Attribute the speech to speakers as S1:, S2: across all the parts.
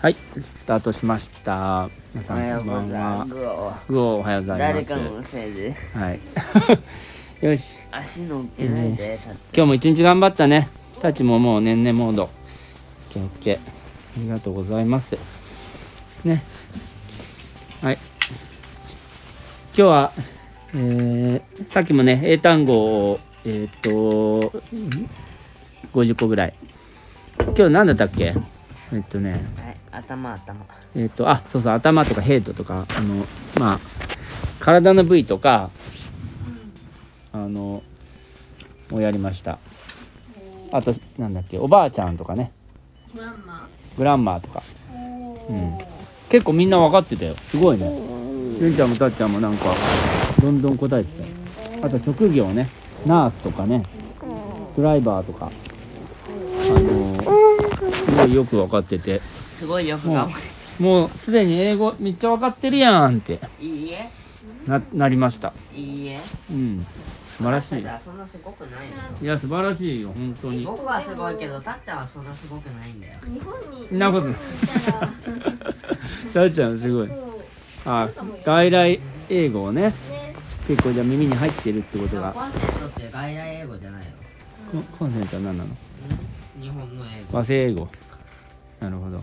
S1: はい、スタートしました。皆
S2: お
S1: さ
S2: はよ
S1: ん、
S2: う
S1: こ
S2: ご
S1: ん
S2: ざ
S1: ばんは
S2: いま。す。
S1: うお、おはようございま
S2: 誰
S1: す
S2: か。のせいで
S1: はい。 よし、
S2: 足のっけないで、立って
S1: 今日も一日頑張ったね。たちももう年々モード。オッケー、オッケー。ありがとうございます。ね。はい。今日は、えー、さっきもね、英単語を、えっ、と、50個ぐらい。今日何だったっけえっとね、
S2: はい、頭頭。
S1: えっ、と、あ、そうそう、頭とかヘッドとか、あの、まあ、体の部位とか、あの、をやりました。あと、なんだっけ、おばあちゃんとかね、
S3: グランマ
S1: グランマーとか。
S3: お
S1: うん結構みんな分かってたよ。すごいね。ゆんちゃんもたっちゃんもなんか、どんどん答えてたよ。あと、職業ね、ナースとかね、ドライバーとか、あの、すごいよく分かってて、
S2: すごいよく
S1: も
S2: 頑張
S1: う、もうすでに英語めっちゃ分かってるやんって。
S2: る。いいえ、
S1: ななりました
S2: いいえ。
S1: うん素晴らしい
S2: タッチはそんなすごくないの
S1: いや素晴らしいよ本当に
S2: 僕はすごいけど、タッチャはそんなすごくないんだよ。
S3: 日本に
S1: んなことない
S3: 日 本にいた
S1: だ
S3: ら
S1: いちゃんすごい
S3: も
S1: あ外来英語をね
S3: うね
S1: 結構じゃあ耳に入ってるってことが
S2: コンセントって外来英語じゃないよ。
S1: ココンセントは何なの
S2: 日本の英語。
S1: 和製英語なるほど、まあ、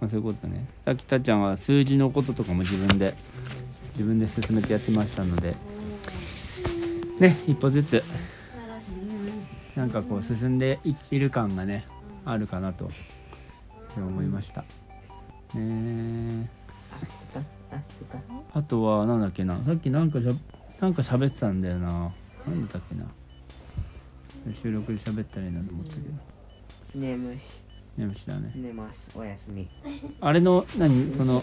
S1: そういうことねさっきたっちゃんは数字のこととかも自分で自分で進めてやってましたのでね一歩ずつなんかこう進んでいいる感がねあるかなと思いましたねえ
S2: あ、そっか。
S1: あとはなんだっけなさっきなんかしゃなんか喋ってたんだよな何だったっけな収録で喋ったらいいなと思ったけど
S2: 眠し、
S1: やめしだね
S2: 寝ます。おやすみ。
S1: あれの何その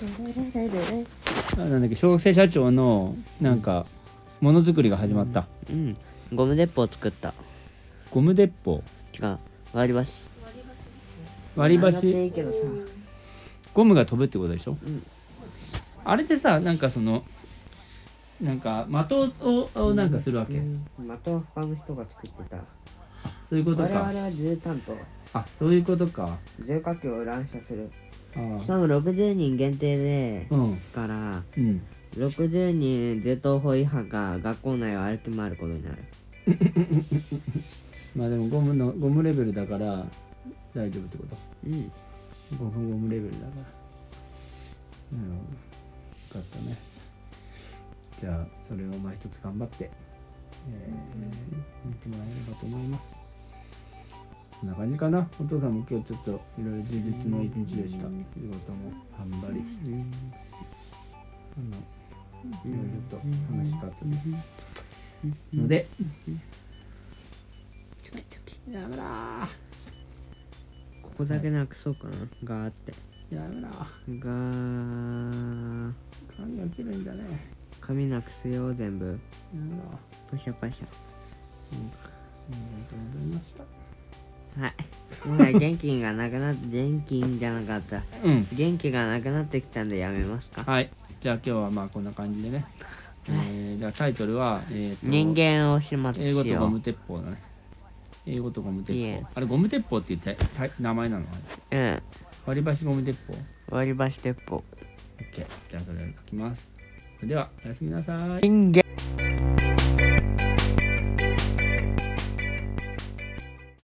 S1: あなんだっけ小生社長のなんかものづくりが始まった、
S2: うん。ゴム鉄砲作った。
S1: ゴム鉄砲
S2: 違う。割り箸。
S1: 割り
S2: 長手い
S1: 箸
S2: いけどさ。
S1: ゴムが飛ぶってことでしょ、
S2: ん
S1: あれでさなんかそのなんか的ををなんかするわけ、
S2: また他の人が作ってた。
S1: そういうこと
S2: 我
S1: か
S2: 々は銃担当。
S1: あそういうことか
S2: 銃火器を乱射する。
S1: あ
S2: し
S1: あ
S2: かも60人限定で、
S1: うん
S2: から、
S1: うん
S2: 60人銃刀法違反が学校内を歩き回ることになる。
S1: まあでもゴムのゴムレベルだから大丈夫ってこと
S2: うん。
S1: ゴムゴムレベルだからうんよかったねじゃあそれをまあ一つ頑張って、えー、見てもらえればと思いますこんな感じかなお父さんも今日ちょっといろいろ充実の一日でした仕事も頑張りあのいろいろと楽しかったですのでやめろー
S2: ここだけなくそうかな。ガーって。
S1: やめろー
S2: ガー。
S1: 髪落ちるんだね
S2: 髪なくすよ、全部。
S1: やめろー
S2: パシャパシ
S1: ありがとうございました
S2: ャ。はい。もはや元気がなくなって、元気じゃなかった。
S1: うん
S2: 元気がなくなってきたんでやめますか。
S1: はい。じゃあ今日はまあこんな感じでね。えー、じゃあタイトルは、えーと
S2: 人間を始末
S1: 英
S2: し
S1: 語と
S2: よう。
S1: ゴム鉄砲だね。英語とゴム鉄
S2: い
S1: 砲
S2: え。
S1: あれゴム鉄砲って言ってた名前なの
S2: うん。
S1: 割り箸ゴム鉄砲。
S2: 割り箸鉄砲。
S1: OK。じゃあそれを書きます。それではおやすみなさい。
S2: 人間。